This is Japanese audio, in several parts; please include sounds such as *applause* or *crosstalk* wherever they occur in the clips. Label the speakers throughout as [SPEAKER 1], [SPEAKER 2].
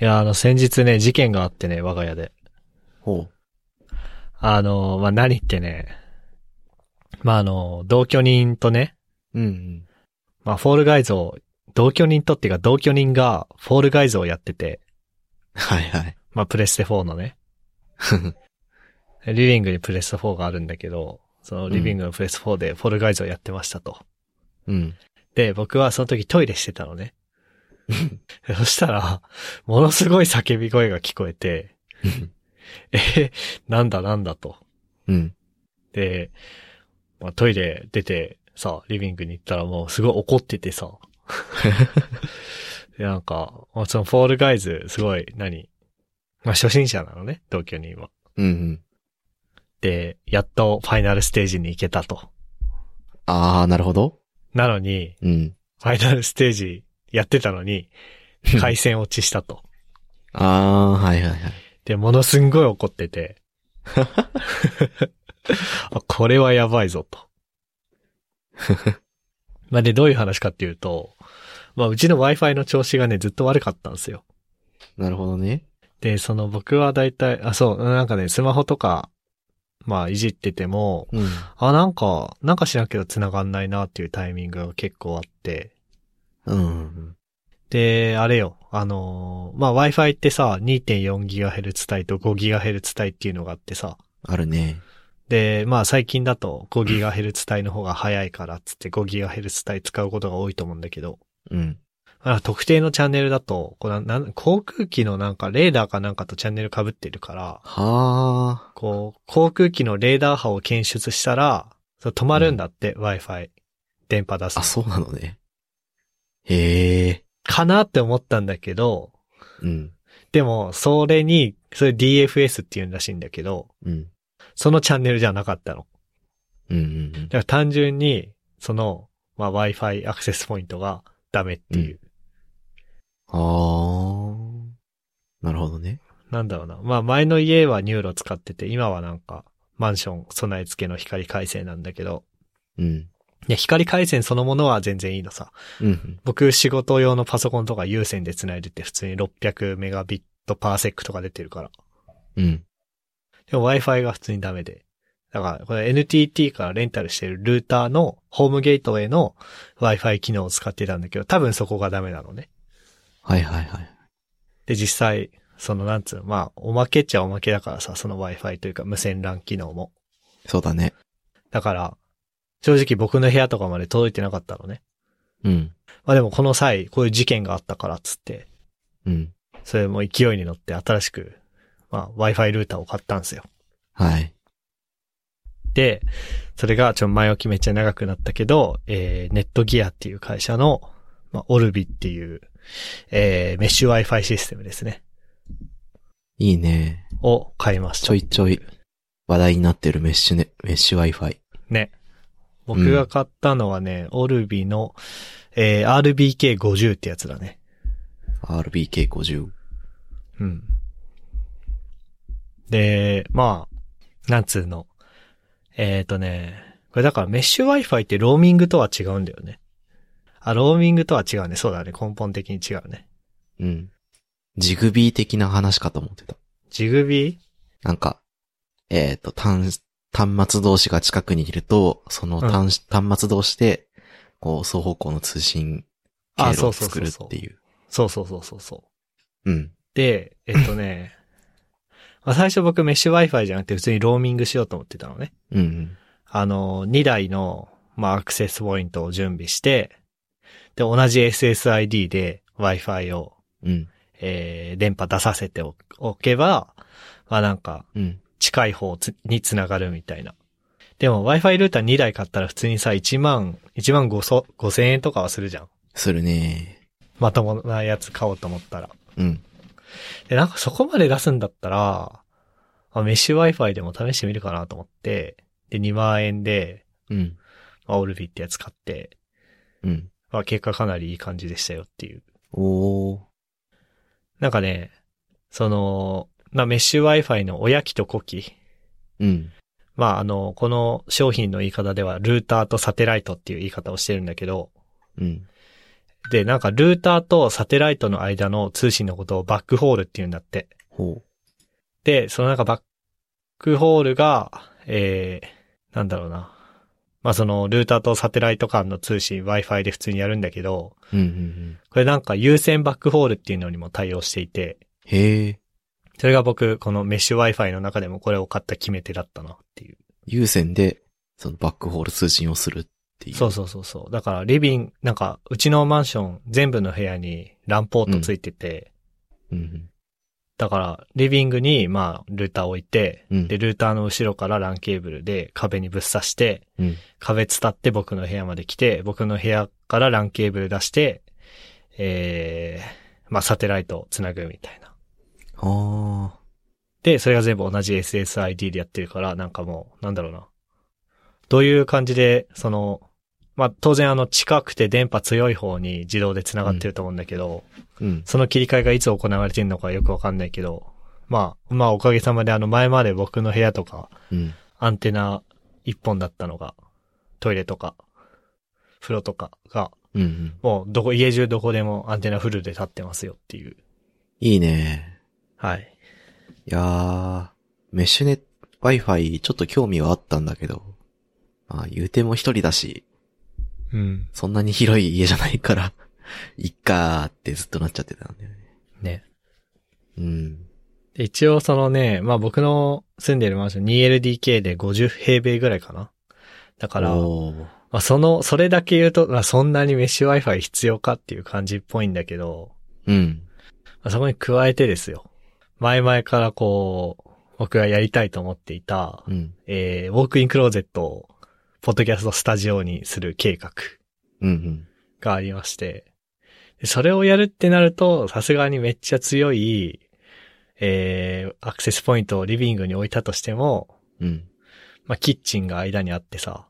[SPEAKER 1] いや、あの、先日ね、事件があってね、我が家で。
[SPEAKER 2] ほ
[SPEAKER 1] あの、まあ、何ってね、まあ、あの、同居人とね、
[SPEAKER 2] う。うん、
[SPEAKER 1] まあ、フォールガイズを、同居人とっていうか同居人がフォールガイズをやってて、
[SPEAKER 2] はいはい。
[SPEAKER 1] まあ、プレステ4のね、リビングにプレステ4があるんだけど、そのリビングのプレステ4でフォールガイズをやってましたと。
[SPEAKER 2] *laughs* うん。
[SPEAKER 1] で、僕はその時トイレしてたのね。そしたら、ものすごい叫び声が聞こえて、え、なんだなんだと。
[SPEAKER 2] うん。
[SPEAKER 1] で、まあ、トイレ出て、さ、リビングに行ったらもうすごい怒っててさ。で、なんか、まあそのフォールガイズ、すごい、何まあ、初心者なのね、同居人は。
[SPEAKER 2] うんうん。
[SPEAKER 1] で、やっとファイナルステージに行けたと。
[SPEAKER 2] あー、なるほど。
[SPEAKER 1] なのに、
[SPEAKER 2] うん。
[SPEAKER 1] ファイナルステージやってたのに、回線落ちしたと。
[SPEAKER 2] あー、はいはいはい。
[SPEAKER 1] で、ものすんごい怒ってて。あこれはやばいぞと。まあで、どういう話かっていうと、まあうちの Wi-Fi の調子がね、ずっと悪かったんですよ。
[SPEAKER 2] なるほどね。
[SPEAKER 1] で、その僕はだいたい、あ、そう、なんかね、スマホとか、まあいじってても、
[SPEAKER 2] うん。
[SPEAKER 1] あ、なんか、なんかしなきゃ繋がんないなっていうタイミングが結構あって。
[SPEAKER 2] うんうん
[SPEAKER 1] で、あれよ、あのーまあ Wi-Fi ってさ、2.4GHz 帯と 5GHz 帯っていうのがあってさ、
[SPEAKER 2] あるね。
[SPEAKER 1] で、まあ最近だと 5GHz 帯の方が早いからっつって 5GHz 帯使うことが多いと思うんだけど、
[SPEAKER 2] うん。
[SPEAKER 1] まあ、特定のチャンネルだと、こうななん航空機のなんかレーダーかなんかとチャンネル被ってるから、
[SPEAKER 2] は
[SPEAKER 1] こう、航空機のレーダー波を検出したら、そう止まるんだって、Wi-Fi。電波出す
[SPEAKER 2] ー。あ、
[SPEAKER 1] の。
[SPEAKER 2] そうなのね。へえ。
[SPEAKER 1] かなって思ったんだけど、
[SPEAKER 2] うん。
[SPEAKER 1] でも、それに、それ DFS っていうんらしいんだけど、
[SPEAKER 2] うん。
[SPEAKER 1] そのチャンネルじゃなかったの。
[SPEAKER 2] うんうんうん
[SPEAKER 1] だ。から単純に、その、まあ、Wi-Fi アクセスポイントがダメっていう。
[SPEAKER 2] あー。なるほどね。
[SPEAKER 1] なんだろうな。まあ、前の家はニューロ使ってて、今はなんか、マンション備え付けの光回線なんだけど、
[SPEAKER 2] うん。
[SPEAKER 1] いや、光回線そのものは全然いいのさ。
[SPEAKER 2] うんうん。
[SPEAKER 1] 僕、仕事用のパソコンとか有線で繋いでて、普通に600メガビットパーセックとか出てるから。
[SPEAKER 2] うん。
[SPEAKER 1] でも Wi-Fi が普通にダメで。だから、これ NTT からレンタルしてるルーターのホームゲートへの Wi-Fi 機能を使ってたんだけど、多分そこがダメなのね。
[SPEAKER 2] はいはいはい。
[SPEAKER 1] で、実際、そのなんつうの、まあ、おまけっちゃおまけだからさ、その Wi-Fi というか無線 LAN 機能も。
[SPEAKER 2] そうだね。
[SPEAKER 1] だから、正直僕の部屋とかまで届いてなかったのね。
[SPEAKER 2] うん。
[SPEAKER 1] まあでもこの際、こういう事件があったからっつって、
[SPEAKER 2] うん。
[SPEAKER 1] それも勢いに乗って新しく、まあ Wi-Fi ルーターを買ったんですよ。
[SPEAKER 2] はい。
[SPEAKER 1] で、それがちょっと前置きめっちゃ長くなったけど、えー、ネットギアっていう会社の、まあ、オルビっていう、えー、メッシュ Wi-Fi システムですね。
[SPEAKER 2] いいね。
[SPEAKER 1] を買いました。
[SPEAKER 2] ちょいちょい話題になってるメッシュね、メッシュ Wi-Fi。
[SPEAKER 1] ね。僕が買ったのはね、オルビの、えー、RBK50 ってやつだね。
[SPEAKER 2] RBK50。
[SPEAKER 1] うん。で、まあ、なんつうの。えっ、ー、とね、これだからメッシュ Wi-Fi ってローミングとは違うんだよね。あ、ローミングとは違うね。そうだね。根本的に違うね。
[SPEAKER 2] うん。ジグビー的な話かと思ってた。
[SPEAKER 1] ジグビー
[SPEAKER 2] なんか、えっ、と、端、端末同士が近くにいると、その端,、端末同士で、こう、双方向の通信経
[SPEAKER 1] あ
[SPEAKER 2] 路
[SPEAKER 1] そ
[SPEAKER 2] を
[SPEAKER 1] うそう
[SPEAKER 2] 作
[SPEAKER 1] そう
[SPEAKER 2] る
[SPEAKER 1] そう
[SPEAKER 2] っていう。
[SPEAKER 1] そうそうそうそうそう。
[SPEAKER 2] うん。
[SPEAKER 1] で、えっとね、まあ最初僕メッシュ Wi-Fi じゃなくて普通にローミングしようと思ってたのね。
[SPEAKER 2] うんうん。
[SPEAKER 1] あの、2台の、まあ、アクセスポイントを準備して、で、同じ SSID で Wi-Fi を、
[SPEAKER 2] うん。
[SPEAKER 1] えー、電波出させておおけば、まあなんか、
[SPEAKER 2] うん。
[SPEAKER 1] 近い方つにつながるみたいな。でも Wi-Fi ルーター2台買ったら普通にさ、1万、1万5千5千円とかはするじゃん。
[SPEAKER 2] するね
[SPEAKER 1] まともなやつ買おうと思ったら。
[SPEAKER 2] うん。
[SPEAKER 1] で、なんかそこまで出すんだったら、まあ、メッシュ Wi-Fi でも試してみるかなと思って、で、2万円で、
[SPEAKER 2] うん。
[SPEAKER 1] まあ、オルビってやつ買って、
[SPEAKER 2] うん。
[SPEAKER 1] まあ結果かなりいい感じでしたよっていう。
[SPEAKER 2] おー。
[SPEAKER 1] なんかね、その、まあメッシュ Wi-Fi の親機と子機。
[SPEAKER 2] うん。
[SPEAKER 1] まああの、この商品の言い方ではルーターとサテライトっていう言い方をしてるんだけど、
[SPEAKER 2] うん。
[SPEAKER 1] で、なんかルーターとサテライトの間の通信のことをバックホールって言うんだって。
[SPEAKER 2] ほ
[SPEAKER 1] で、そのなんかバックホールが、えー、なんだろうな。まあ、そのルーターとサテライト間の通信 Wi-Fi で普通にやるんだけど、
[SPEAKER 2] う。うんうんうん。
[SPEAKER 1] これなんか有線バックホールっていうのにも対応していて、
[SPEAKER 2] へえ。
[SPEAKER 1] それが僕、このメッシュ Wi-Fi の中でもこれを買った決め手だったなっていう。
[SPEAKER 2] 有線で、そのバックホール通信をするっていう。
[SPEAKER 1] そうそうそうそう。だから、リビング、なんか、うちのマンション全部の部屋にランポートついてて、
[SPEAKER 2] うん
[SPEAKER 1] だから、リビングに、まあ、ルーター置いて、
[SPEAKER 2] うん。うん。
[SPEAKER 1] で、ルーターの後ろからランケーブルで壁にぶっ刺して、
[SPEAKER 2] うん。
[SPEAKER 1] 壁伝って僕の部屋まで来て、僕の部屋からランケーブル出して、えー、まあ、サテライトを繋ぐみたいな。
[SPEAKER 2] ああ。
[SPEAKER 1] で、それが全部同じ SSID でやってるから、なんかもう、なんだろうな。どういう感じで、その、まあ、当然あの、近くて電波強い方に自動で繋がってると思うんだけど、
[SPEAKER 2] うん。
[SPEAKER 1] その切り替えがいつ行われてるのかよくわかんないけど、まあ、まあ、おかげさまであの、前まで僕の部屋とか、
[SPEAKER 2] うん。
[SPEAKER 1] アンテナ一本だったのが、トイレとか、風呂とかが、
[SPEAKER 2] うんうん。
[SPEAKER 1] もう、どこ、家中どこでもアンテナフルで立ってますよっていう。
[SPEAKER 2] いいね。
[SPEAKER 1] はい。
[SPEAKER 2] いやー、メッシュネ Wi-Fi ちょっと興味はあったんだけど、まあ言うても一人だし、
[SPEAKER 1] うん。
[SPEAKER 2] そんなに広い家じゃないから、 *laughs* いっかーってずっとなっちゃってたんだよね。
[SPEAKER 1] ね。
[SPEAKER 2] うん。
[SPEAKER 1] で一応そのね、まあ僕の住んでるマンション 2LDK で50平米ぐらいかな。だから、ま
[SPEAKER 2] おー
[SPEAKER 1] あその、それだけ言うと、まあそんなにメッシュ Wi-Fi 必要かっていう感じっぽいんだけど、
[SPEAKER 2] うん。
[SPEAKER 1] まあそこに加えてですよ。前々からこう、僕がやりたいと思っていた、
[SPEAKER 2] うん。
[SPEAKER 1] えー、ウォークインクローゼットを、ポッドキャストスタジオにする計画
[SPEAKER 2] うんうん。
[SPEAKER 1] がありまして、でそれをやるってなると、さすがにめっちゃ強い、えー、アクセスポイントをリビングに置いたとしても、
[SPEAKER 2] うん。
[SPEAKER 1] まあ、キッチンが間にあってさ、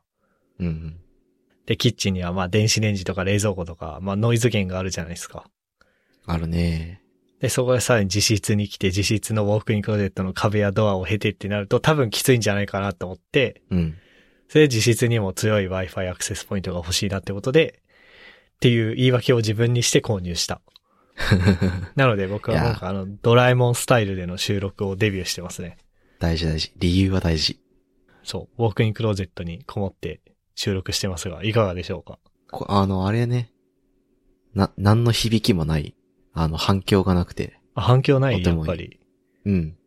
[SPEAKER 2] うんうん。
[SPEAKER 1] で、キッチンにはまあ、電子レンジとか冷蔵庫とか、まあ、ノイズ源があるじゃないですか。
[SPEAKER 2] あるね
[SPEAKER 1] で、そこでさらに自室に来て、自室のウォークインクローゼットの壁やドアを経てってなると、多分きついんじゃないかなと思って、
[SPEAKER 2] うん。 *laughs*
[SPEAKER 1] それで自室にも強い Wi-Fi アクセスポイントが欲しいなってことで、っていう言い訳を自分にして購入した。なので僕はなんかあの、ドラえもんスタイルでの収録をデビューしてますね。
[SPEAKER 2] 大事大事。理由は大事。
[SPEAKER 1] そう、ウォークインクローゼットにこもって収録してますが、いかがでしょうか
[SPEAKER 2] こあの、あれね。な、何の響きもない。あの、反響がなくて。
[SPEAKER 1] あ反響ない
[SPEAKER 2] とて
[SPEAKER 1] や
[SPEAKER 2] も
[SPEAKER 1] っ
[SPEAKER 2] いい
[SPEAKER 1] ぱり。
[SPEAKER 2] うん。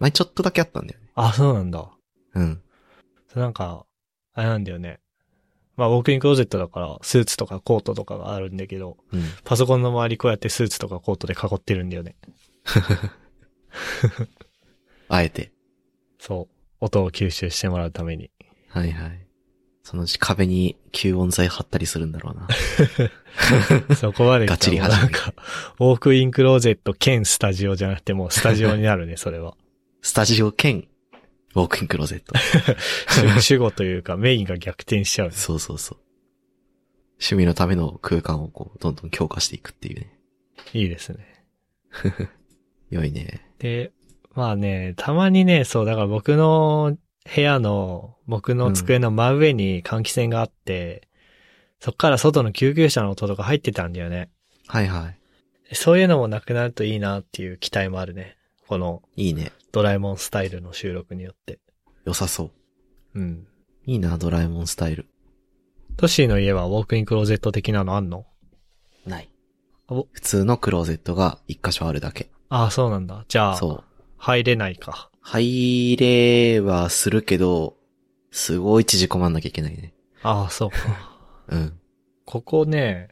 [SPEAKER 2] 前ちょっとだけあったんだよね。
[SPEAKER 1] あ、そうなんだ。
[SPEAKER 2] うん。
[SPEAKER 1] なんか、あれなんだよね。まあ、ウォークインクローゼットだから、スーツとかコートとかがあるんだけど、
[SPEAKER 2] うん。
[SPEAKER 1] パソコンの周りこうやってスーツとかコートで囲ってるんだよね。
[SPEAKER 2] あえて。
[SPEAKER 1] そう。音を吸収してもらうために。
[SPEAKER 2] はいはい。そのうち壁に吸音材貼ったりするんだろうな。
[SPEAKER 1] そこまで来たら
[SPEAKER 2] がっちり始め
[SPEAKER 1] なんか、ウォークインクローゼット兼スタジオじゃなくてもうスタジオになるね、それは。
[SPEAKER 2] スタジオ兼、ウォークインクローゼット。
[SPEAKER 1] 主 *laughs* 主語というかメインが逆転しちゃうね。
[SPEAKER 2] そうそうそう。趣味のための空間をこう、どんどん強化していくっていうね。
[SPEAKER 1] いいですね。
[SPEAKER 2] 良いね。
[SPEAKER 1] で、まあね、たまにね、そう、だから僕の部屋の、僕の机の真上に換気扇があって、そっから外の救急車の音とか入ってたんだよね。
[SPEAKER 2] はいは
[SPEAKER 1] そういうのもなくなるといいなっていう期待もあるね。この
[SPEAKER 2] い。いいね。
[SPEAKER 1] ドラえもんスタイルの収録によって。
[SPEAKER 2] 良さそう。
[SPEAKER 1] うん。
[SPEAKER 2] いいな、ドラえもんスタイル。
[SPEAKER 1] トッシーの家はウォークインクローゼット的なのあんの
[SPEAKER 2] ない
[SPEAKER 1] あお。
[SPEAKER 2] 普通のクローゼットが一箇所あるだけ。
[SPEAKER 1] ああ、そうなんだ。じゃあ、
[SPEAKER 2] そう。
[SPEAKER 1] 入れないか。
[SPEAKER 2] 入れはするけど、すごい縮こまんなきゃいけないね。
[SPEAKER 1] ああ、そうか。
[SPEAKER 2] うん。
[SPEAKER 1] ここね、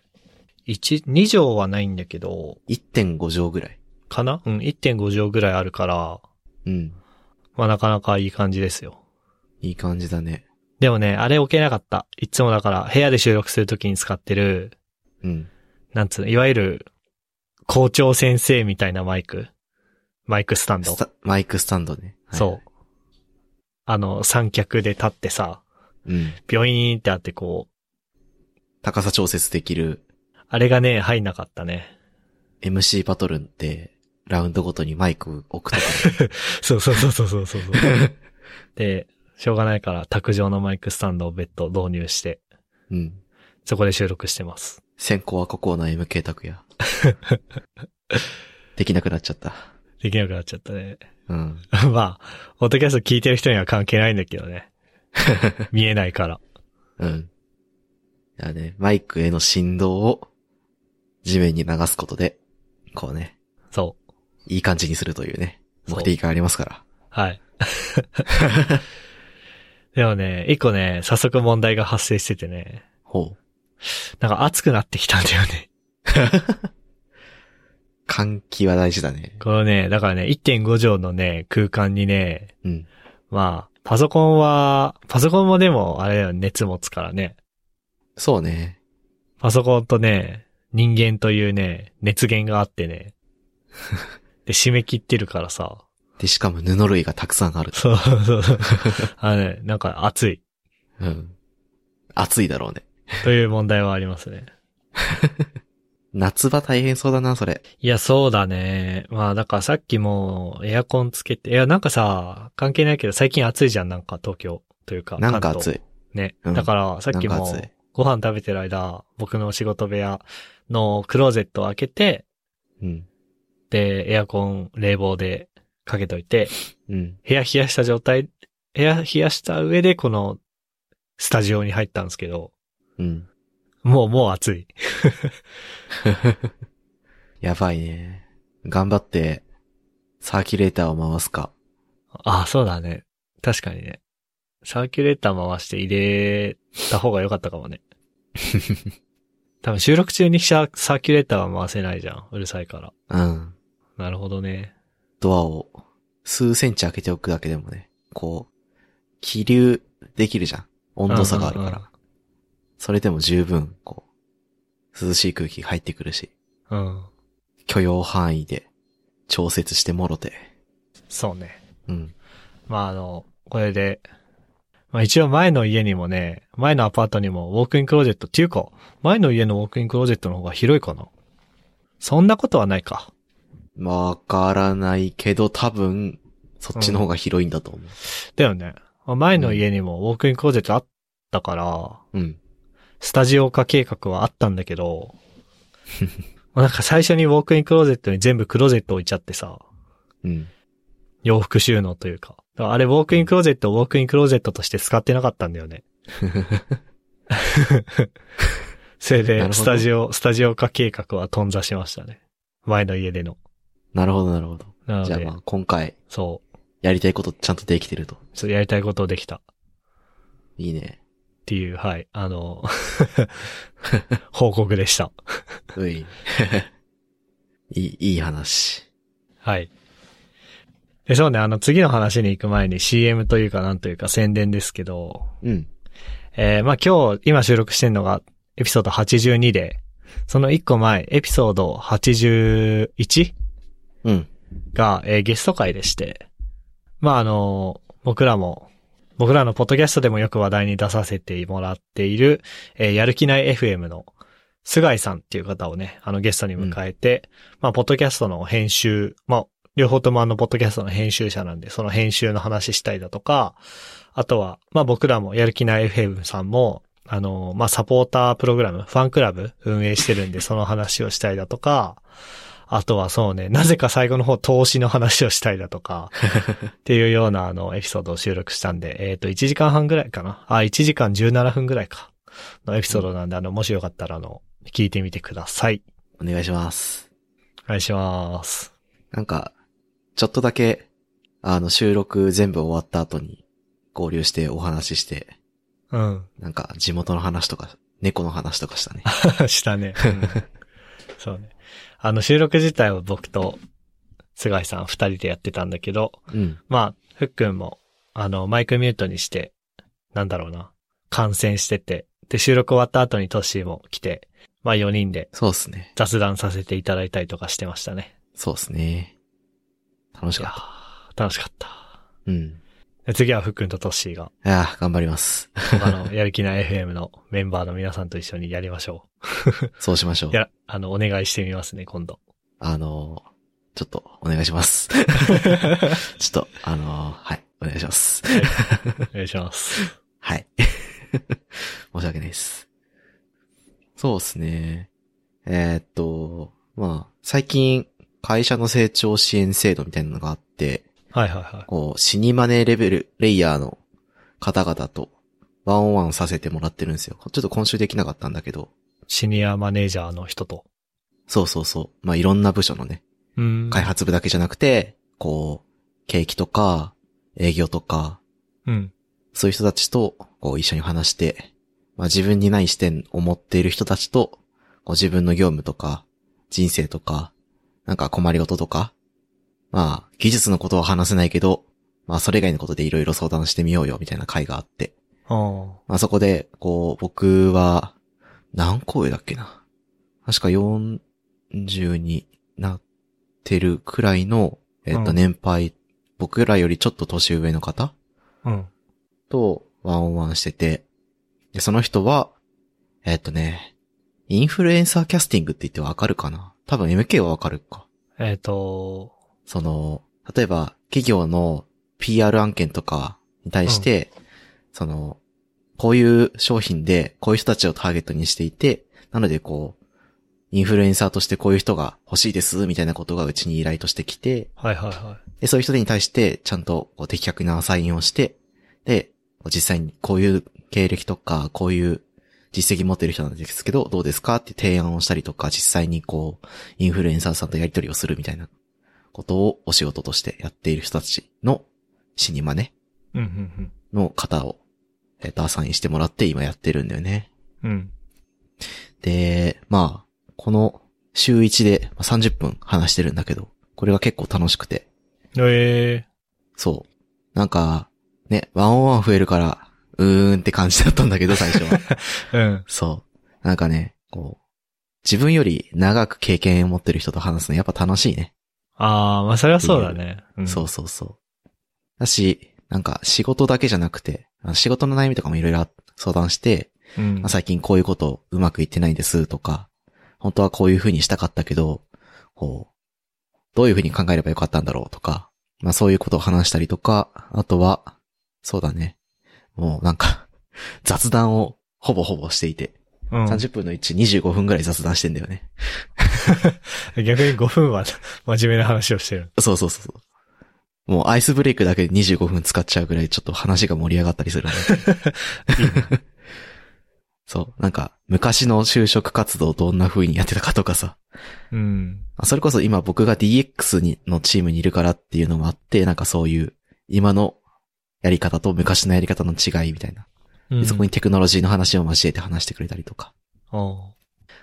[SPEAKER 1] 1、2畳はないんだけど、
[SPEAKER 2] 1.5畳ぐらい。
[SPEAKER 1] かなうん、1.5畳ぐらいあるから、
[SPEAKER 2] うん。
[SPEAKER 1] まあなかなかいい感じですよ。
[SPEAKER 2] いい感じだね。
[SPEAKER 1] でもね、あれ置けなかった。いつもだから、部屋で収録するときに使ってる、
[SPEAKER 2] うん。
[SPEAKER 1] なんつうの、いわゆる、校長先生みたいなマイク。マイクスタンド。
[SPEAKER 2] スタマイクスタンドね。はい
[SPEAKER 1] そう。あの、三脚で立ってさ、
[SPEAKER 2] うん。
[SPEAKER 1] ビョイーンってあってこ
[SPEAKER 2] 高さ調節できる
[SPEAKER 1] う、あれがね、入んなかったね。
[SPEAKER 2] MC バトルって、ラウンドごとにマイク置くとか。
[SPEAKER 1] そうそうそうそうそうそうそう。 *laughs* で、しょうがないから、卓上のマイクスタンドを別途導入して、
[SPEAKER 2] うん。
[SPEAKER 1] そこで収録してます。
[SPEAKER 2] 先行はここの MK 拓
[SPEAKER 1] *laughs*
[SPEAKER 2] 也。できなくなっちゃった。
[SPEAKER 1] できなくなっちゃったね。 *laughs*
[SPEAKER 2] うん。
[SPEAKER 1] まあ、オッドキャスト聞いてる人には関係ないんだけどね。見えないから。
[SPEAKER 2] うん。だね、マイクへの振動を地面に流すことで、こうね、
[SPEAKER 1] そう。
[SPEAKER 2] いい感じにするというね、
[SPEAKER 1] そう
[SPEAKER 2] 目的がありますから。
[SPEAKER 1] はい。でもね、一個ね、早速問題が発生しててね。
[SPEAKER 2] ほう。
[SPEAKER 1] なんか暑くなってきたんだよね。
[SPEAKER 2] 換気は大事だね。
[SPEAKER 1] このね、だからね、1.5畳のね、空間にね、
[SPEAKER 2] うん。
[SPEAKER 1] まあ、パソコンは、パソコンもでも、あれだよ、熱持つからね。
[SPEAKER 2] そうね。
[SPEAKER 1] パソコンとね、人間というね、熱源があって
[SPEAKER 2] *laughs*
[SPEAKER 1] ね。で、締め切ってるからさ。
[SPEAKER 2] で、しかも布類がたくさんある。
[SPEAKER 1] そうそうそう。 *laughs* あのね、なんか暑い。
[SPEAKER 2] うん。暑いだろうね。
[SPEAKER 1] という問題はありますね。
[SPEAKER 2] 夏場大変そうだな、それ。
[SPEAKER 1] いや、そうだね。まあ、だからさっきも、エアコンつけて、いや、なんかさ、関係ないけど、最近暑いじゃん、なんか東京というか。
[SPEAKER 2] なんか暑
[SPEAKER 1] い。
[SPEAKER 2] い。
[SPEAKER 1] ね。
[SPEAKER 2] うん
[SPEAKER 1] だから、さっき
[SPEAKER 2] なんか
[SPEAKER 1] も
[SPEAKER 2] 暑い、
[SPEAKER 1] ご飯食べてる間、僕の仕事部屋のクローゼットを開けて、
[SPEAKER 2] うん。
[SPEAKER 1] で、エアコン、冷房でかけといて、
[SPEAKER 2] うん。
[SPEAKER 1] 部屋冷やした状態、部屋冷やした上で、この、スタジオに入ったんですけど、
[SPEAKER 2] うん。
[SPEAKER 1] もう、もう暑い。
[SPEAKER 2] やばいね。頑張って、サーキュレーターを回すか。
[SPEAKER 1] ああ、そうだね。確かにね。サーキュレーター回して入れた方が良かったかもね。 *laughs* 多分収録中にシャサーキュレーターは回せないじゃん。うるさいから。
[SPEAKER 2] うん。
[SPEAKER 1] なるほどね。
[SPEAKER 2] ドアを数センチ開けておくだけでもね、こう、気流できるじゃん。温度差があるか
[SPEAKER 1] うんうんう
[SPEAKER 2] ら。それでも十分、こう、涼しい空気入ってくるし、
[SPEAKER 1] うん。
[SPEAKER 2] 許容範囲で調節してもろて。
[SPEAKER 1] そうね。
[SPEAKER 2] うん。
[SPEAKER 1] まああの、これで、まあ一応前の家にもね、前のアパートにもウォークインクローゼットっていうか、前の家のウォークインクローゼットの方が広いかな。そんなことはないか。
[SPEAKER 2] わからないけど、多分、そっちの方が広いんだと思う。
[SPEAKER 1] だよね。まあ前の家にもウォークインクローゼットあったから、
[SPEAKER 2] うん。
[SPEAKER 1] スタジオ化計画はあったんだけど、もうなんか最初にウォークインクローゼットに全部クローゼット置いちゃってさ、
[SPEAKER 2] うん。
[SPEAKER 1] 洋服収納というか。だからあれウォークインクローゼットをウォークインクローゼットとして使ってなかったんだ
[SPEAKER 2] *laughs*
[SPEAKER 1] よね。それ
[SPEAKER 2] なる
[SPEAKER 1] で、
[SPEAKER 2] ほど
[SPEAKER 1] スタジオ、スタジオ化計画は頓挫しましたね。前の家での。
[SPEAKER 2] なるほど、なるほど。
[SPEAKER 1] なの
[SPEAKER 2] じゃあ
[SPEAKER 1] で
[SPEAKER 2] ま、あ、今回、
[SPEAKER 1] そ
[SPEAKER 2] やりたいことちゃんとできてると。
[SPEAKER 1] う、ちょっとやりたいことをできたっ
[SPEAKER 2] いいね。
[SPEAKER 1] ていう、はい、あの、 *laughs* 報告でした。*laughs*
[SPEAKER 2] うい。いい、いい話。
[SPEAKER 1] はい。で、そうね、あの、次の話に行く前に CM というかなんというか宣伝ですけど、
[SPEAKER 2] うん。
[SPEAKER 1] えーまあ今日、今収録してるのがエピソード82で、その1個前、エピソード 81?
[SPEAKER 2] うん。
[SPEAKER 1] が、えーゲスト会でして、まああの、僕らも、僕らのポッドキャストでもよく話題に出させてもらっている、えーやる気ない FM の菅井さんっていう方をね、あのゲストに迎えて、まあポッドキャストの編集、まあ両方ともあのポッドキャストの編集者なんで、その編集の話したりだとか、あとは、まあ僕らもやる気ない FM さんも、あの、まあサポータープログラム、ファンクラブ運営してるんで、その話をしたりだとか、あとはそうね、なぜか最後の方投資の話をしたりだとか、っていうようなあのエピソードを収録したんで、えっ、と、1時間半ぐらいかな。あ、1時間17分ぐらいか。のエピソードなんで、あの、もしよかったらあの、聞いてみてください。
[SPEAKER 2] お願いします。
[SPEAKER 1] お願いします。
[SPEAKER 2] なんか、ちょっとだけ、あの、収録全部終わった後に合流してお話しして、
[SPEAKER 1] うん。 *laughs*
[SPEAKER 2] なんか地元の話とか、猫の話とかしたね。
[SPEAKER 1] したね。そうね。あの、収録自体は僕と菅井さん二人でやってたんだけど、
[SPEAKER 2] うん。
[SPEAKER 1] まあ、ふっくんも、あの、マイクミュートにして、なんだろうな、感染してて、で、収録終わった後にトッシーも来て、まあ4人で
[SPEAKER 2] そうっすね。
[SPEAKER 1] 雑談させていただいたりとかしてましたね。
[SPEAKER 2] そうっすね。楽し
[SPEAKER 1] いや
[SPEAKER 2] かっ
[SPEAKER 1] ー楽しかった。
[SPEAKER 2] た。うん。
[SPEAKER 1] で次はふっくんとトッシー *laughs* が、
[SPEAKER 2] ああ、頑張ります。
[SPEAKER 1] 他のやる気ない FM のメンバーの皆さんと一緒にやりましょ
[SPEAKER 2] そうしましょう
[SPEAKER 1] う。い。や、あの、お願いしてみますね、今度。
[SPEAKER 2] あのー、ちょっとお願いし
[SPEAKER 1] *laughs*
[SPEAKER 2] ます。ちょっと、あのー、はい、お願いします。 *laughs*
[SPEAKER 1] お願いします。
[SPEAKER 2] はい。申し訳ないです。そうですね。えーっと、まあ、最近、会社の成長支援制度みたいなのがあって、
[SPEAKER 1] *laughs* はいはいはい。
[SPEAKER 2] こう、死にマネーレベル、レイヤーの方々と、ワンオンワンさせてもらってるんですよ。ちょっと今週できなかったんだけど、
[SPEAKER 1] シニアマネージャーの人と。
[SPEAKER 2] そうそうそう。まあ、いろんな部署のね、
[SPEAKER 1] うん
[SPEAKER 2] 開発部だけじゃなくて、こう、景気とか、営業とか、
[SPEAKER 1] うん。
[SPEAKER 2] そういう人たちと、こう一緒に話して、まあ自分にない視点を持っている人たちと、こう自分の業務とか、人生とか、なんか困りごととか、まあ技術のことは話せないけど、まあそれ以外のことでいろいろ相談してみようよみたいな会があって、
[SPEAKER 1] ああ。
[SPEAKER 2] まあそこで、こう僕は、何個上だっけな確か40になってるくらいの、えっ
[SPEAKER 1] う
[SPEAKER 2] と
[SPEAKER 1] ん
[SPEAKER 2] 年配、僕らよりちょっと年上の方
[SPEAKER 1] うん。
[SPEAKER 2] とワンオンワンしてて、で、その人は、えーっとね、インフルエンサーキャスティングって言ってわかるかな多分 MK はわかるか。
[SPEAKER 1] えっ、と、
[SPEAKER 2] その、例えば企業の PR 案件とかに対して、その、こういう商品でこういう人たちをターゲットにしていて、なのでこう、インフルエンサーとしてこういう人が欲しいです、みたいなことがうちに依頼としてきて、
[SPEAKER 1] はいはいはい。
[SPEAKER 2] で、そういう人に対して、ちゃんとこう的確なアサインをして、で、実際にこういう経歴とか、こういう実績持ってる人なんですけど、どうですかって提案をしたりとか、実際にこう、インフルエンサーさんとやり取りをするみたいなことをお仕事としてやっている人たちの死に真似
[SPEAKER 1] うんうん
[SPEAKER 2] の方を、えっ、と、アサインしてもらって今やってるんだよね。
[SPEAKER 1] うん。うん。
[SPEAKER 2] で、まあ、この週1でまあ30分話してるんだけど、これが結構楽しくて、
[SPEAKER 1] ええ
[SPEAKER 2] そう。なんか、ね、ワンオンワン増えるから、うーんって感じだったんだけど、最初は。
[SPEAKER 1] うん。
[SPEAKER 2] そう。なんかね、こう、自分より長く経験を持ってる人と話すのやっぱ楽しいね。
[SPEAKER 1] ああ、まあそれはそうだね。ん
[SPEAKER 2] そうそうそう。だし、なんか仕事だけじゃなくて、あの仕事の悩みとかもいろいろ相談して、
[SPEAKER 1] うん。
[SPEAKER 2] まあ最近こういうことうまくいってないんですとか、本当はこういうふうにしたかったけど、こう、どういうふうに考えればよかったんだろうとか、まあそういうことを話したりとか、あとは、そうだね。もうなんか、雑談をほぼほぼしていて、
[SPEAKER 1] うん
[SPEAKER 2] 30分の1、25分ぐらい雑談してんだよね。
[SPEAKER 1] 逆に5分は *laughs* 真面目な話をしてる。
[SPEAKER 2] そうそうそうそう。もうアイスブレイクだけで25分使っちゃうぐらいちょっと話が盛り上がったりするん
[SPEAKER 1] *laughs*
[SPEAKER 2] だけど *laughs* そう。なんか、昔の就職活動どんな風にやってたかとかさ。
[SPEAKER 1] うん。
[SPEAKER 2] あそれこそ今僕が DX にのチームにいるからっていうのもあって、なんかそういう今のやり方と昔のやり方の違いみたいな。
[SPEAKER 1] う
[SPEAKER 2] で
[SPEAKER 1] ん、
[SPEAKER 2] そこに。テクノロジーの話を交えて話してくれたりとか。
[SPEAKER 1] お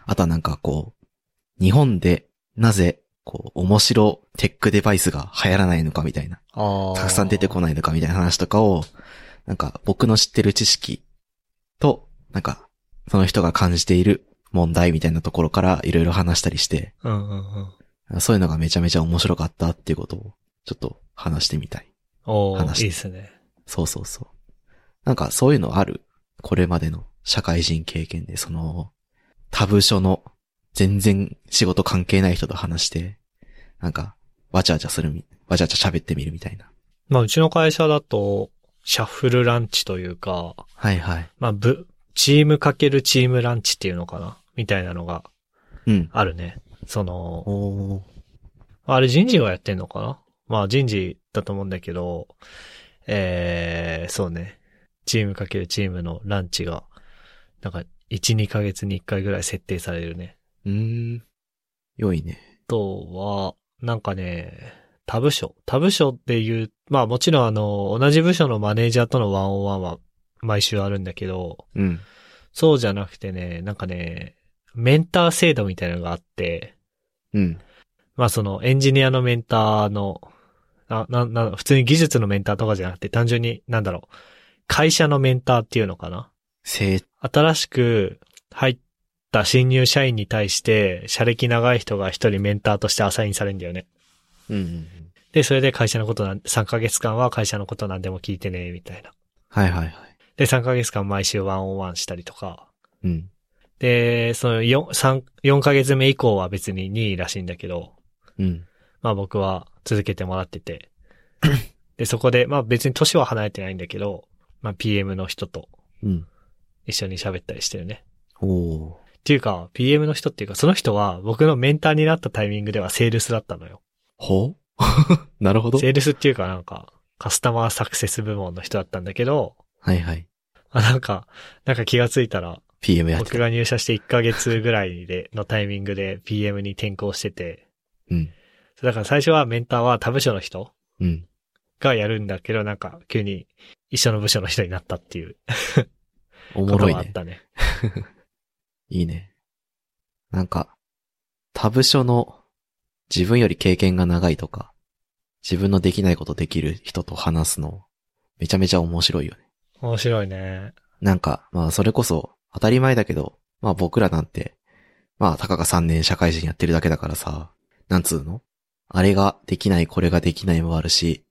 [SPEAKER 2] あとはなんかこう、日本でなぜこう面白テックデバイスが流行らないのかみたいな。
[SPEAKER 1] ああ。
[SPEAKER 2] たくさん出てこないのかみたいな話とかを、なんか僕の知ってる知識と、なんかその人が感じている問題みたいなところからいろいろ話したりして、
[SPEAKER 1] うんうんうん。
[SPEAKER 2] そういうのがめちゃめちゃ面白かったっていうことを、ちょっと話してみたい。
[SPEAKER 1] おー
[SPEAKER 2] 話し
[SPEAKER 1] い
[SPEAKER 2] て
[SPEAKER 1] いっすね。
[SPEAKER 2] そうそうそう。なんかそういうのあるこれまでの社会人経験で、その、タブ所の全然仕事関係ない人と話して、なんか、わちゃわちゃするみ、わちゃわちゃ喋ってみるみたいな。
[SPEAKER 1] まあうちの会社だと、シャッフルランチというか、
[SPEAKER 2] はいはい。
[SPEAKER 1] まあ部、チームかけるチームランチっていうのかなみたいなのが
[SPEAKER 2] うん。
[SPEAKER 1] あるね。その、
[SPEAKER 2] おー。
[SPEAKER 1] あれ人事がやってんのかなまあ人事だと思うんだけど、えー、そうね。チームかけるチームのランチが、なんか、1、2ヶ月に1回ぐらい設定されるね。
[SPEAKER 2] うーん。良いね。
[SPEAKER 1] あとは、なんかね、他部署。他部署っていう、まあもちろんあの、同じ部署のマネージャーとのワンオンワンは毎週あるんだけど、
[SPEAKER 2] うん。
[SPEAKER 1] そうじゃなくてね、なんかね、メンター制度みたいなのがあって、
[SPEAKER 2] うん。
[SPEAKER 1] まあそのエンジニアのメンターの、な、な、な、普通に技術のメンターとかじゃなくて単純に、なんだろう、会社のメンターっていうのかな
[SPEAKER 2] 成
[SPEAKER 1] 新しく入った新入社員に対して、社歴長い人が一人メンターとしてアサインされるんだよね。
[SPEAKER 2] うんうんうん。
[SPEAKER 1] で、それで会社のことなん、3ヶ月間は会社のことなんでも聞いてね、みたいな。
[SPEAKER 2] はいはいはい。
[SPEAKER 1] で、3ヶ月間毎週ワンオンワンしたりとか。
[SPEAKER 2] うん。
[SPEAKER 1] で、その4、3、4ヶ月目以降は別に2位らしいんだけど、
[SPEAKER 2] うん。
[SPEAKER 1] まあ僕は続けてもらって
[SPEAKER 2] *coughs*
[SPEAKER 1] て。で、そこで、まあ別に年は離れてないんだけど、まあ PM の人と
[SPEAKER 2] うん。
[SPEAKER 1] 一緒に喋ったりしてるね。
[SPEAKER 2] おー。
[SPEAKER 1] っていうか、PM の人っていうか、その人は僕のメンターになったタイミングではセールスだったのよ。
[SPEAKER 2] ほう *laughs* なるほど。
[SPEAKER 1] セールスっていうかなんか、カスタマーサクセス部門の人だったんだけど、
[SPEAKER 2] はいはい。
[SPEAKER 1] あなんか、なんか気がついたら、
[SPEAKER 2] PM やって
[SPEAKER 1] 僕
[SPEAKER 2] た。
[SPEAKER 1] が入社して1ヶ月ぐらいで、のタイミングで PM に転校してて、
[SPEAKER 2] うん。
[SPEAKER 1] だから最初はメンターは他部署の人
[SPEAKER 2] うん。
[SPEAKER 1] がやるんだけど、なんか急に一緒の部署の人になったっていう
[SPEAKER 2] お
[SPEAKER 1] こ
[SPEAKER 2] も
[SPEAKER 1] と
[SPEAKER 2] ろい
[SPEAKER 1] があっ
[SPEAKER 2] ね。
[SPEAKER 1] たね。
[SPEAKER 2] いいね。なんか、他部署の自分より経験が長いとか、自分のできないことできる人と話すの、めちゃめちゃ面白いよね。
[SPEAKER 1] 面白いね。
[SPEAKER 2] なんか、まあそれこそ当たり前だけど、まあ僕らなんて、まあたかが3年社会人やってるだけだからさ、なんつうのあれができない、これができないもあるし、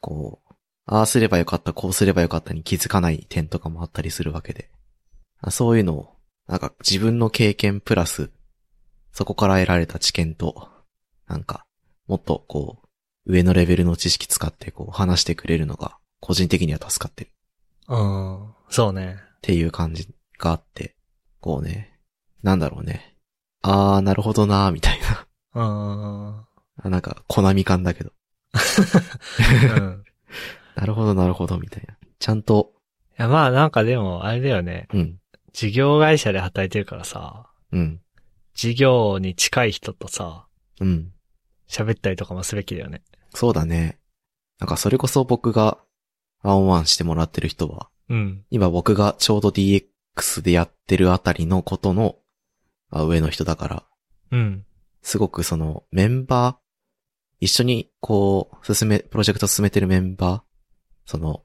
[SPEAKER 2] こう、ああすればよかった、こうすればよかったに気づかない点とかもあったりするわけで。あそういうのを、なんか自分の経験プラス、そこから得られた知見と、なんか、もっとこう、上のレベルの知識使ってこう話してくれるのが、個人的には助かってる。
[SPEAKER 1] うん。そうね。
[SPEAKER 2] っていう感じがあって、こうね、なんだろうね。あー、なるほどなー、みたいな。 *laughs*
[SPEAKER 1] うん。 *laughs*
[SPEAKER 2] あなんか、コナミ感だけど。
[SPEAKER 1] うん
[SPEAKER 2] なるほど、なるほど、みたいな。ちゃんと、
[SPEAKER 1] いや、まあなんかでも、あれだよね。
[SPEAKER 2] うん、
[SPEAKER 1] 事業会社で働いてるからさ、
[SPEAKER 2] うん、
[SPEAKER 1] 事業に近い人とさ、
[SPEAKER 2] うん。
[SPEAKER 1] 喋ったりとかもすべきだよね。
[SPEAKER 2] そうだね。なんか、それこそ僕が、ワンオンワンしてもらってる人は、
[SPEAKER 1] うん。
[SPEAKER 2] 今僕がちょうど DX でやってるあたりのことの、あ上の人だから、
[SPEAKER 1] うん。
[SPEAKER 2] すごくそのメンバー、一緒にこう、進め、プロジェクト進めてるメンバー、その、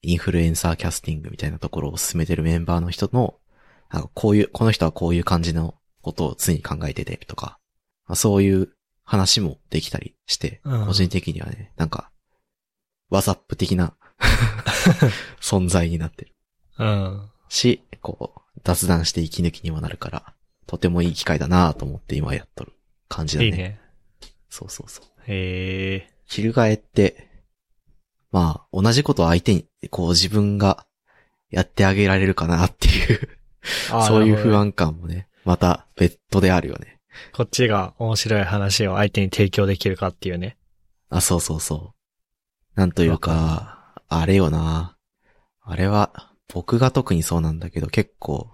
[SPEAKER 2] インフルエンサーキャスティングみたいなところを進めてるメンバーの人の、なんかこういう、この人はこういう感じのことを常に考えててとか、まあそういう話もできたりして、
[SPEAKER 1] うん
[SPEAKER 2] 個人的にはね、なんか、ワザップ
[SPEAKER 1] *laughs*
[SPEAKER 2] 的な存在になってる
[SPEAKER 1] うん。
[SPEAKER 2] し、こう、雑談して息抜きにもなるから、とてもいい機会だなぁと思って今やっとる感じだ
[SPEAKER 1] いいね。
[SPEAKER 2] そうそうそう。
[SPEAKER 1] へえ。
[SPEAKER 2] 翻って、まあ、同じことを相手に、こう自分がやってあげられるかなっていう、
[SPEAKER 1] あー
[SPEAKER 2] そう
[SPEAKER 1] な
[SPEAKER 2] いう
[SPEAKER 1] るほど
[SPEAKER 2] 不
[SPEAKER 1] ね
[SPEAKER 2] 安感もね、また別途であるよね。
[SPEAKER 1] こっちが面白い話を相手に提供できるかっていうね。
[SPEAKER 2] あ、そうそうそう。なんというか、あれよな。あれは、僕が特にそうなんだけど、結構、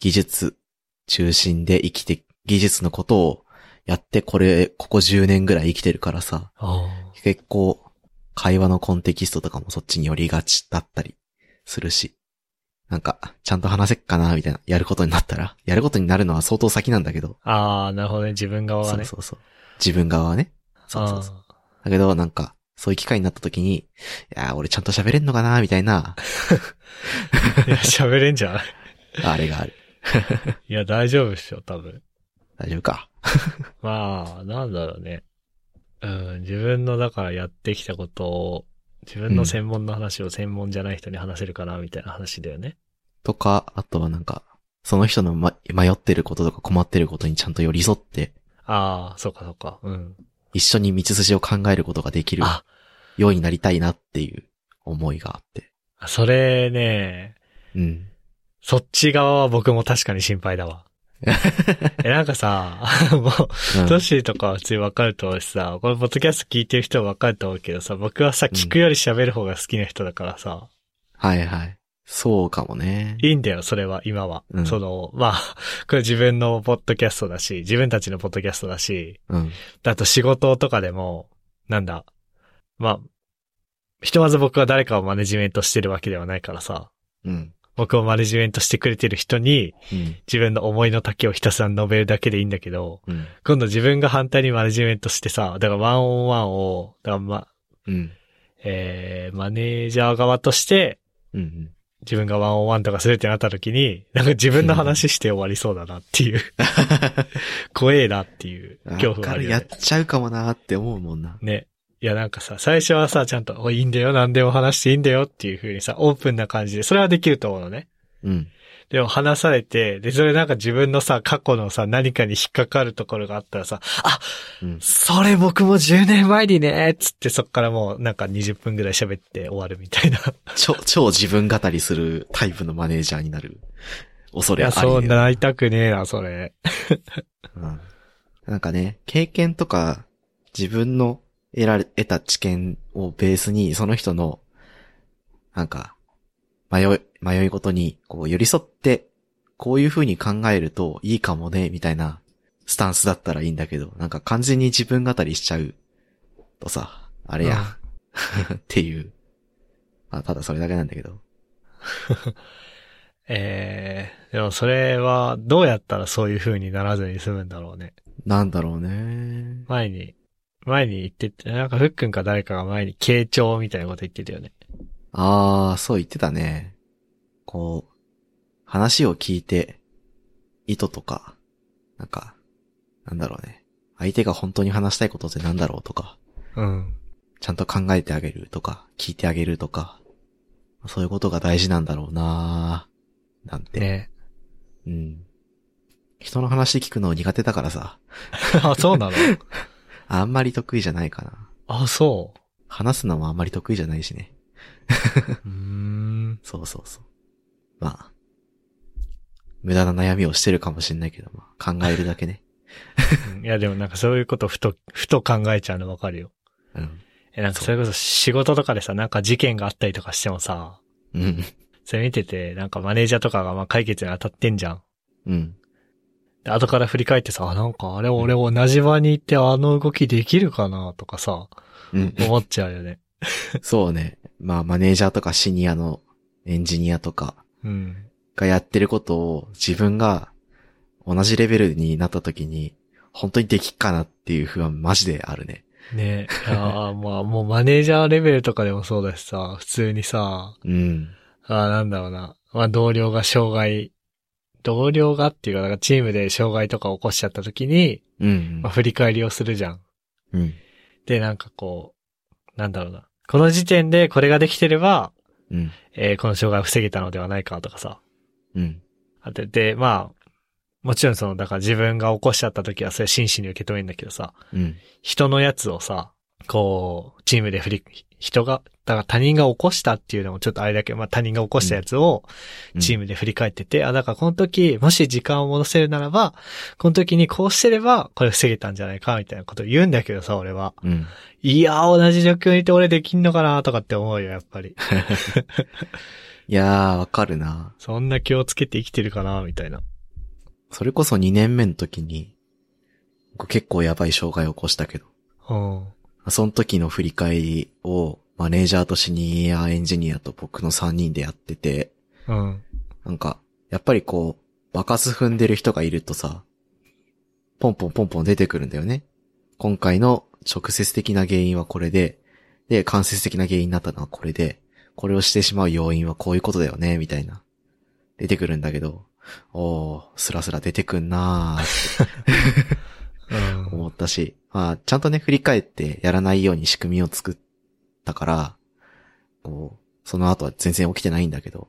[SPEAKER 2] 技術中心で生きて、技術のことをやって、これ、ここ10年ぐらい生きてるからさ、結構、会話のコンテキストとかもそっちに寄りがちだったりするし、なんか、ちゃんと話せっかな、みたいな、やることになったら、 *laughs* やることになるのは相当先なんだけど、
[SPEAKER 1] ああ、なるほどね。自分側が
[SPEAKER 2] そう
[SPEAKER 1] ね。
[SPEAKER 2] そうそう。自分側はね。そうそうそう。だけど、なんか、そういう機会になった時に、いやー、俺ちゃんと喋れんのかな、みたい *laughs* な、
[SPEAKER 1] あーいや、喋れんじゃない
[SPEAKER 2] あれがある。
[SPEAKER 1] いや、大丈夫っしょ、多分。
[SPEAKER 2] 大丈夫か。
[SPEAKER 1] まあ、なんだろうね。うん、自分の、だからやってきたことを、自分の専門の話を専門じゃない人に話せるかな、みたいな話だよね。
[SPEAKER 2] とか、あとはなんか、その人の、ま、迷ってることとか困ってることにちゃんと寄り添って、
[SPEAKER 1] ああ、そうかそうか。うん。
[SPEAKER 2] 一緒に道筋を考えることができる
[SPEAKER 1] あ、
[SPEAKER 2] ようになりたいなっていう思いがあって。
[SPEAKER 1] それね、
[SPEAKER 2] うん。
[SPEAKER 1] そっち側は僕も確かに心配だ
[SPEAKER 2] *laughs*
[SPEAKER 1] わ。え、なんかさ、 *laughs* もう、
[SPEAKER 2] うん
[SPEAKER 1] トッシーとかは普通に分かると思うしさ、このポッドキャスト聞いてる人は分かると思うけどさ、僕はさ、
[SPEAKER 2] うん
[SPEAKER 1] 聞くより喋る方が好きな人だからさ、
[SPEAKER 2] はいはい。そうかもね。
[SPEAKER 1] いいんだよ、それは、今は。
[SPEAKER 2] うん
[SPEAKER 1] その、まあ、これ自分のポッドキャストだし、自分たちのポッドキャストだし、
[SPEAKER 2] うん。
[SPEAKER 1] あと仕事とかでも、なんだ、まあ、ひとまず僕は誰かをマネジメントしてるわけではないからさ、
[SPEAKER 2] うん。
[SPEAKER 1] 僕をマネジメントしてくれてる人に、
[SPEAKER 2] うん。
[SPEAKER 1] 自分の思いの丈をひたすら述べるだけでいいんだけど、
[SPEAKER 2] うん。
[SPEAKER 1] 今度自分が反対にマネジメントしてさ、だからワンオンワンを、だからま、
[SPEAKER 2] うん。
[SPEAKER 1] えー、マネージャー側として、
[SPEAKER 2] うん。
[SPEAKER 1] 自分がワンオンワンとかするってなった時に、なんか自分の話して終わりそうだなっていう、怖えなっていう恐怖がある
[SPEAKER 2] る
[SPEAKER 1] よ
[SPEAKER 2] や
[SPEAKER 1] ね
[SPEAKER 2] っ。ちゃうかもなーって思うもんな。
[SPEAKER 1] ね。いやなんかさ、最初はさ、ちゃんと、おいいんだよ、何でも話していいんだよっていう風にさ、オープンな感じで、それはできると思うのね。
[SPEAKER 2] うん。
[SPEAKER 1] でも話されて、で、それなんか自分のさ、過去のさ、何かに引っかかるところがあったらさ、あ、 *laughs*
[SPEAKER 2] うん。
[SPEAKER 1] それ僕も10年前にね、つってそっからもうなんか20分ぐらい喋って終わるみたいな。
[SPEAKER 2] 超、超自分語りするタイプのマネージャーになる。恐
[SPEAKER 1] い
[SPEAKER 2] れあ
[SPEAKER 1] や、
[SPEAKER 2] り得
[SPEAKER 1] そう
[SPEAKER 2] る
[SPEAKER 1] なりたくねえな、それ。
[SPEAKER 2] うんなんかね、経験とか、自分の得られ、得た知見をベースに、その人の、なんか、迷い、迷いごとに、こう、寄り添って、こういう風に考えるといいかもね、みたいな、スタンスだったらいいんだけど、なんか完全に自分語りしちゃうとさ、あれや、 *laughs* っていう。まあ、ただそれだけなんだけど。
[SPEAKER 1] ええでもそれはどうやったらそういう風にならずに済むんだろうね。
[SPEAKER 2] なんだろうね。
[SPEAKER 1] 前に、前に言ってて、なんかふっくんか誰かが前に傾聴みたいなこと言ってたよね。
[SPEAKER 2] ああ、そう言ってたね。こう、話を聞いて、意図とか、なんか、なんだろうね。相手が本当に話したいことってなんだろうとか、
[SPEAKER 1] うん。
[SPEAKER 2] ちゃんと考えてあげるとか、聞いてあげるとか、そういうことが大事なんだろうなーなんて。
[SPEAKER 1] ね
[SPEAKER 2] うん。人の話聞くの苦手だからさ、
[SPEAKER 1] *laughs* あ、そうなの
[SPEAKER 2] あんまり得意じゃないかな。
[SPEAKER 1] *laughs* あ、そ
[SPEAKER 2] 話すのもあんまり得意じゃないしね。
[SPEAKER 1] う。うーん。
[SPEAKER 2] そうそうそう。まあ、無駄な悩みをしてるかもしれないけど、まあ、考えるだけね。
[SPEAKER 1] いや、でもなんかそういうことふと、ふと考えちゃうのわかるよ。
[SPEAKER 2] うん。
[SPEAKER 1] え、なんかそれこそ仕事とかでさ、なんか事件があったりとかしてもさ、
[SPEAKER 2] うん。
[SPEAKER 1] それ見てて、なんかマネージャーとかがまあ解決に当たってんじゃん。
[SPEAKER 2] うん。
[SPEAKER 1] で、後から振り返ってさ、あなんかあれ俺同じ場に行ってあの動きできるかなとかさ、
[SPEAKER 2] うん。
[SPEAKER 1] 思っちゃうよね。
[SPEAKER 2] そうね。まあ、マネージャーとかシニアのエンジニアとか
[SPEAKER 1] うん。
[SPEAKER 2] がやってることを自分が同じレベルになった時に、本当にできっかなっていう不安マジであるね。
[SPEAKER 1] ねえ。いやーま *laughs* あもうマネージャーレベルとかでもそうだしさ、普通にさ、
[SPEAKER 2] うん。
[SPEAKER 1] あーなんだろうな。まあ同僚が障害、同僚がっていうか、なんかチームで障害とか起こしちゃった時に、
[SPEAKER 2] うん
[SPEAKER 1] まあ、。振り返りをするじゃん。
[SPEAKER 2] うん。
[SPEAKER 1] で、なんかこう、なんだろうな。この時点でこれができてれば、
[SPEAKER 2] うん。
[SPEAKER 1] えーこの障害を防げたのではないかとかさ。
[SPEAKER 2] うん。
[SPEAKER 1] あって、で、まあ、もちろんその、だから自分が起こしちゃった時はそれ真摯に受け止めるんだけどさ、
[SPEAKER 2] うん。
[SPEAKER 1] 人のやつをさ、こう、チームで振り、人が、だから他人が起こしたっていうのもちょっとあれだけど、まあ他人が起こしたやつをチー
[SPEAKER 2] ム。
[SPEAKER 1] ムで振り返ってて、あ、だからこの時、もし時間を戻せるならば、この時にこうしてれば、これ防げたんじゃないか、みたいなこと言うんだけどさ、俺は。
[SPEAKER 2] うん。
[SPEAKER 1] いやー、同じ状況にいて俺できんのかな、とかって思うよ、やっぱり。
[SPEAKER 2] いやー、わかるな。
[SPEAKER 1] そんな気をつけて生きてるかな、みたいな。
[SPEAKER 2] それこそ2年目の時に、僕結構やばい障害を起こしたけど、
[SPEAKER 1] うん。
[SPEAKER 2] その時の振り返りをマネージャーとシニアエンジニアと僕の3人でやってて、
[SPEAKER 1] うん。
[SPEAKER 2] なんか、やっぱりこう、バカス踏んでる人がいるとさ、ポンポンポンポン出てくるんだよね。今回の直接的な原因はこれで、で、間接的な原因になったのはこれで、これをしてしまう要因はこういうことだよね、みたいな。出てくるんだけど、おー、スラスラ出てくんなーって
[SPEAKER 1] うん。
[SPEAKER 2] 思ったし、まあ、ちゃんとね、振り返ってやらないように仕組みを作ったから、こう、その後は全然起きてないんだけど、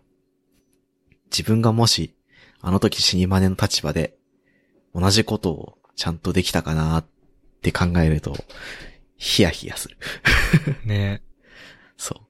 [SPEAKER 2] 自分がもし、あの時死に真似の立場で、同じことをちゃんとできたかなって考えると、ヒヤヒヤする。
[SPEAKER 1] ね
[SPEAKER 2] そ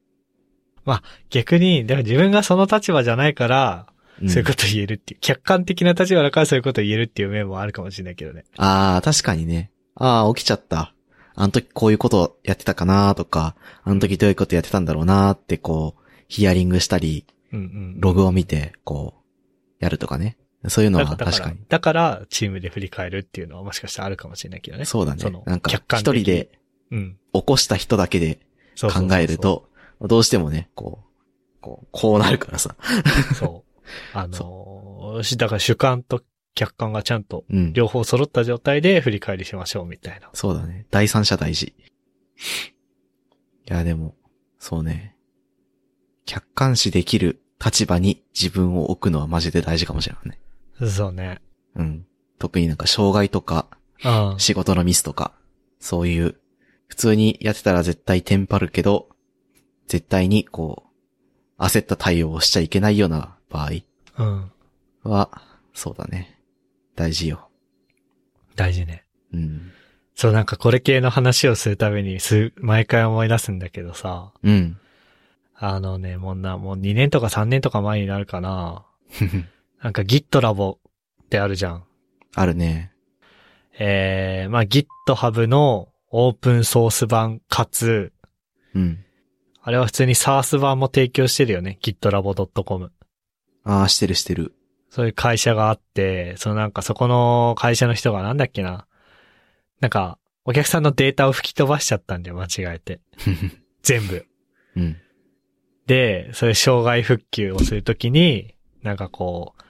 [SPEAKER 1] 逆に、でも自分がその立場じゃないから、
[SPEAKER 2] う。うん
[SPEAKER 1] そういうこと言えるっていう、客観的な立場だからそういうこと言えるっていう面もあるかもしれないけどね。
[SPEAKER 2] ああ、確かにね。ああ、起きちゃった。あの時こういうことやってたかなとか、あの時どういうことやってたんだろうなってこう、ヒアリングしたり、
[SPEAKER 1] うんうん。
[SPEAKER 2] ログを見て、こう、やるとかね。そういうの
[SPEAKER 1] だ
[SPEAKER 2] は
[SPEAKER 1] だら
[SPEAKER 2] 確かに。
[SPEAKER 1] だから、チームで振り返るっていうのはもしかしたらあるかもしれないけどね。
[SPEAKER 2] そうだね
[SPEAKER 1] その。
[SPEAKER 2] なんか
[SPEAKER 1] 客、観
[SPEAKER 2] 一
[SPEAKER 1] 的に
[SPEAKER 2] 人で
[SPEAKER 1] うん。
[SPEAKER 2] 起こした人だけで
[SPEAKER 1] そうそうそう
[SPEAKER 2] 考える。と、どうしてもね、こう、こう、こうなるからさ。
[SPEAKER 1] そう。あ *laughs* のー、しだから主観と客観がちゃんと、
[SPEAKER 2] うん。
[SPEAKER 1] 両方揃った状態で振り返りしましょうみたいな。
[SPEAKER 2] そうだね。第三者大事。いや、でも、そうね。客観視できる立場に自分を置くのはマジで大事かもしれないね。
[SPEAKER 1] そうね。
[SPEAKER 2] うん。特になんか障害とか、
[SPEAKER 1] うん。
[SPEAKER 2] 仕事のミスとか、そういう、普通にやってたら絶対テンパるけど、絶対にこう、焦った対応をしちゃいけないような場
[SPEAKER 1] うん。
[SPEAKER 2] 合は、そうだね。大事よ。
[SPEAKER 1] 大事ね。
[SPEAKER 2] うん。
[SPEAKER 1] そう、なんかこれ系の話をするために、す、毎回思い出すんだけどさ。
[SPEAKER 2] うん。 *laughs*
[SPEAKER 1] あのね、もうな、もう2年とか3年とか前になるかな。なんか GitLab ってあるじゃん。
[SPEAKER 2] あるね。
[SPEAKER 1] えー、まあ GitHub のオープンソース版かつ、
[SPEAKER 2] うん。
[SPEAKER 1] あれは普通に SARS 版も提供してるよね。gitlab.com。
[SPEAKER 2] ああ、してるしてる。 *laughs*
[SPEAKER 1] そういう会社があって、そのなんかそこの会社の人がなんだっけな。なんか、お客さんのデータを吹き飛ばしちゃったんだよ、間違えて。全部。
[SPEAKER 2] うん。
[SPEAKER 1] で、それ障害復旧をするときに、なんかこう、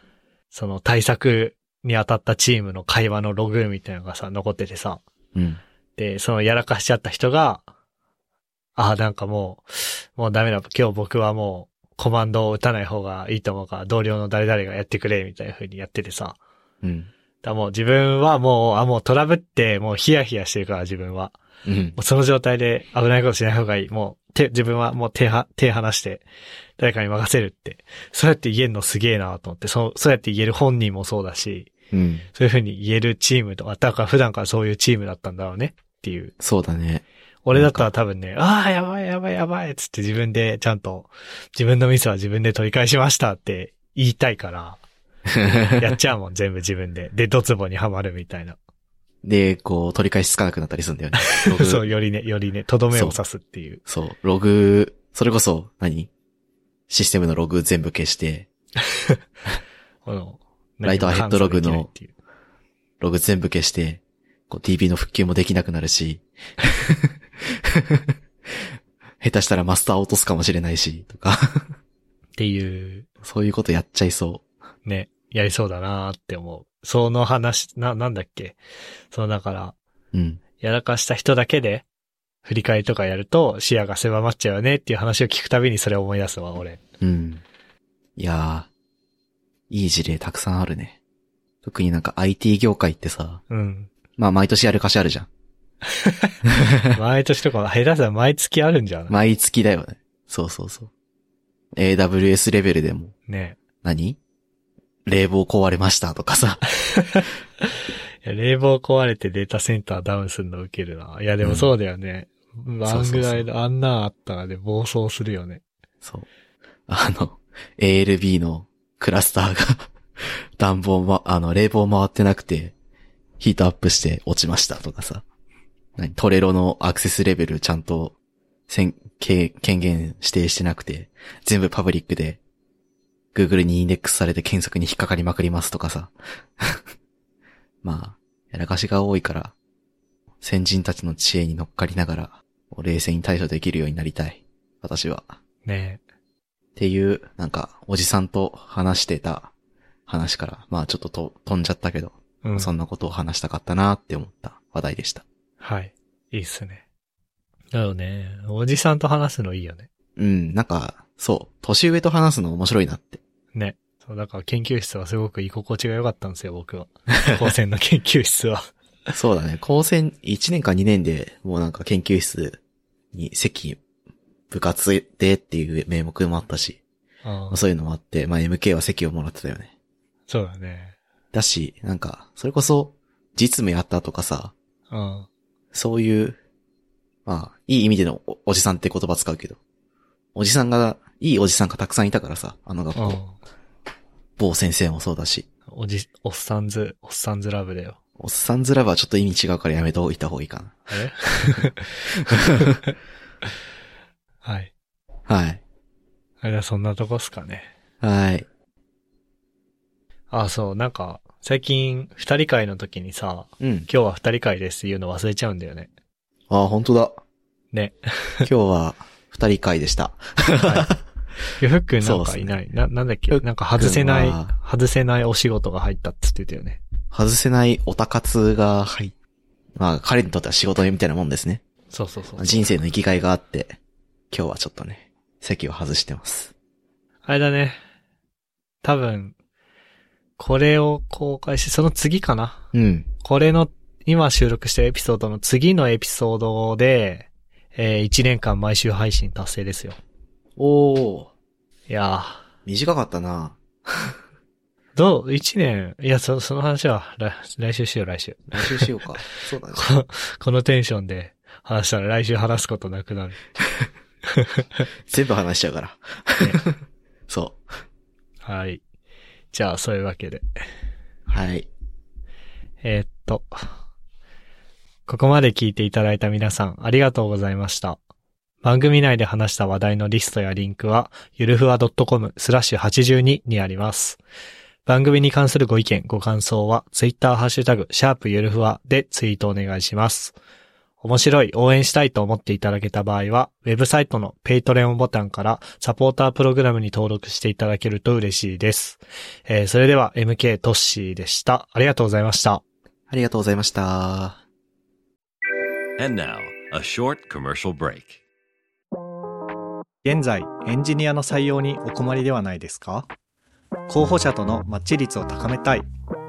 [SPEAKER 1] その対策に当たったチームの会話のログみたいなのがさ、残っててさ。
[SPEAKER 2] うん。
[SPEAKER 1] で、そのやらかしちゃった人が、ああ、なんかもう、もうダメだ、今日僕はもう、コマンドを打たない方がいいと思うから、同僚の誰々がやってくれ、みたいな風にやっててさ。
[SPEAKER 2] うん。
[SPEAKER 1] だからもう自分はもう、あ、もうトラブって、もうヒヤヒヤしてるから、自分は。
[SPEAKER 2] うん
[SPEAKER 1] もう。その状態で危ないことしない方がいい。もう、手、自分はもう手は、手離して、誰かに任せるって。そうやって言えるのすげえなと思って、そう、そうやって言える本人もそうだし、
[SPEAKER 2] うん。
[SPEAKER 1] そういう風に言えるチームとか、だから普段からそういうチームだったんだろうねっていう。
[SPEAKER 2] そうだね。 *laughs*
[SPEAKER 1] 俺だったら多分ね、ああ、やばいやばいやばいっつって自分でちゃんと、自分のミスは自分で取り返しましたって言いたい
[SPEAKER 2] *laughs*
[SPEAKER 1] から、やっちゃうもん、全部自分で。で、ドツボにはまるみたいな。
[SPEAKER 2] で、こう、取り返しつかなくなったりするんだよね。ロ
[SPEAKER 1] *laughs*
[SPEAKER 2] グ
[SPEAKER 1] そう、よりね、よりね、とどめを刺すっていう。
[SPEAKER 2] そう、ログ、それこそ何、システムのログ全部消して、
[SPEAKER 1] この、
[SPEAKER 2] ライトアヘッドログの
[SPEAKER 1] 何も感想できないっていう
[SPEAKER 2] ログ全部消して、こう DB の復旧もできなくなるし、 *laughs* 下手したらマスター落とすかもしれないし、とか、 *laughs*
[SPEAKER 1] っていう、
[SPEAKER 2] そういうことやっちゃいそ
[SPEAKER 1] ね、やりそうだなーって思う。その話、な、なんだっけ。そのだから、
[SPEAKER 2] う。うん。
[SPEAKER 1] やらかした人だけで、振り返りとかやると視野が狭まっちゃうよねっていう話を聞くたびにそれを思い出すわ、俺。
[SPEAKER 2] うん。いやー、いい事例たくさんあるね。特になんか IT 業界ってさ、
[SPEAKER 1] うん。
[SPEAKER 2] まあ毎年やるかしあるじゃん。
[SPEAKER 1] 毎年とか、下手したら毎月あるんじゃない
[SPEAKER 2] 毎月だよね。そうそうそう。AWS レベルでも、
[SPEAKER 1] ね
[SPEAKER 2] 何冷房壊れましたとかさ。
[SPEAKER 1] いや冷房壊れてデータセンターダウンするの受けるな。いや、でもそうだよね。あんぐら
[SPEAKER 2] そうそ
[SPEAKER 1] い、
[SPEAKER 2] うそ
[SPEAKER 1] あんなんあったらね、暴走するよね。
[SPEAKER 2] そう。あの、ALB のクラスターが、 *laughs* 暖房ま、あの、冷房回ってなくて、ヒートアップして落ちましたとかさ。何トレロのアクセスレベルちゃんと、せん、け権限指定してなくて、全部パブリックで、Google にインデックスされて検索に引っかかりまくりますとかさ。 *laughs* まあ、やらかしが多いから、先人たちの知恵に乗っかりながら、冷静に対処できるようになりたい。私は。
[SPEAKER 1] ね
[SPEAKER 2] っていう、なんか、おじさんと話してた話から、まあちょっとと飛んじゃったけど、
[SPEAKER 1] うん。
[SPEAKER 2] そんなことを話したかったなって思った話題でした。
[SPEAKER 1] はい。いいっすね。だよね。おじさんと話すのいいよね。
[SPEAKER 2] うん、なんか、そう、年上と話すの面白いなって。
[SPEAKER 1] ね。そう、だから研究室はすごく居心地が良かったんですよ、僕は。 *laughs* 高専の研究室は。
[SPEAKER 2] そうだね、高専1年か2年でもうなんか研究室に席、部活でっていう名目もあったし、
[SPEAKER 1] うん
[SPEAKER 2] *laughs* まあそういうのもあって、まあ MK は席をもらってたよね。
[SPEAKER 1] そうだね。
[SPEAKER 2] だし、なんか、それこそ、実務やったとかさ、
[SPEAKER 1] うん。
[SPEAKER 2] そういう、まあ、いい意味でのおおじさんって言葉使うけど、おじさんが、いいおじさんがたくさんいたからさ、あの学
[SPEAKER 1] う
[SPEAKER 2] 校。
[SPEAKER 1] ん。
[SPEAKER 2] 某先生もそうだし、
[SPEAKER 1] おじ、おっさんず、おっさんずラブだよ。
[SPEAKER 2] おっさんずラブはちょっと意味違うからやめておいた方がいいかな。
[SPEAKER 1] あ
[SPEAKER 2] *laughs*
[SPEAKER 1] れ *laughs* はい。
[SPEAKER 2] はい。
[SPEAKER 1] あれはそんなとこっすかね。
[SPEAKER 2] はい。
[SPEAKER 1] あ、そう、なんか、最近、二人会の時にさ、
[SPEAKER 2] うん。
[SPEAKER 1] 今日は二人会ですっていうの忘れちゃうんだよね。
[SPEAKER 2] ああ、本当だ。 *laughs*
[SPEAKER 1] ね。
[SPEAKER 2] 今日は、二人会でした。
[SPEAKER 1] はい。いやふっくんなんかいない。な、なんだっけ
[SPEAKER 2] ふっくんは
[SPEAKER 1] なんか外せない、外せないお仕事が入ったっつってたよね。
[SPEAKER 2] 外せないオタ活が、はい。まあ、彼にとっては仕事みたいなもんですね。
[SPEAKER 1] そうそうそう。
[SPEAKER 2] 人生の生きがいがあって、今日はちょっとね、席を外してます。
[SPEAKER 1] あれだね。多分、これを公開し、その次かな。
[SPEAKER 2] うん。
[SPEAKER 1] これの、今収録してるエピソードの次のエピソードで、えー、1年間毎週配信達成ですよ。
[SPEAKER 2] おー、
[SPEAKER 1] いやー、
[SPEAKER 2] 短かったな
[SPEAKER 1] どう一年、いや、そその話は来、来週しよう、来週。 *laughs*
[SPEAKER 2] 来週しよう *laughs* か。そうだね。
[SPEAKER 1] ここのテンションで話したら来週話すことなくなる。
[SPEAKER 2] 全部話しちゃうから。
[SPEAKER 1] ね
[SPEAKER 2] *laughs* そ
[SPEAKER 1] はい。じゃあ、そういうわけで。
[SPEAKER 2] はい。
[SPEAKER 1] えーっと。ここまで聞いていただいた皆さん、ありがとうございました。番組内で話した話題のリストやリンクは、ゆるふわ .com スラッシュ82にあります。番組に関するご意見、ご感想は、ツイッターハッシュタグ、シャープゆるふわでツイートお願いします。面白い、応援したいと思っていただけた場合は、ウェブサイトのペイトレオンボタンからサポータープログラムに登録していただけると嬉しいです。えーそれでは MK トッシーでした。ありがとうございました。
[SPEAKER 2] ありがとうございました。
[SPEAKER 3] And now, a short commercial break.
[SPEAKER 1] 現在エンジニアの採用にお困りではないですか候補者とのマッチ率を高めたい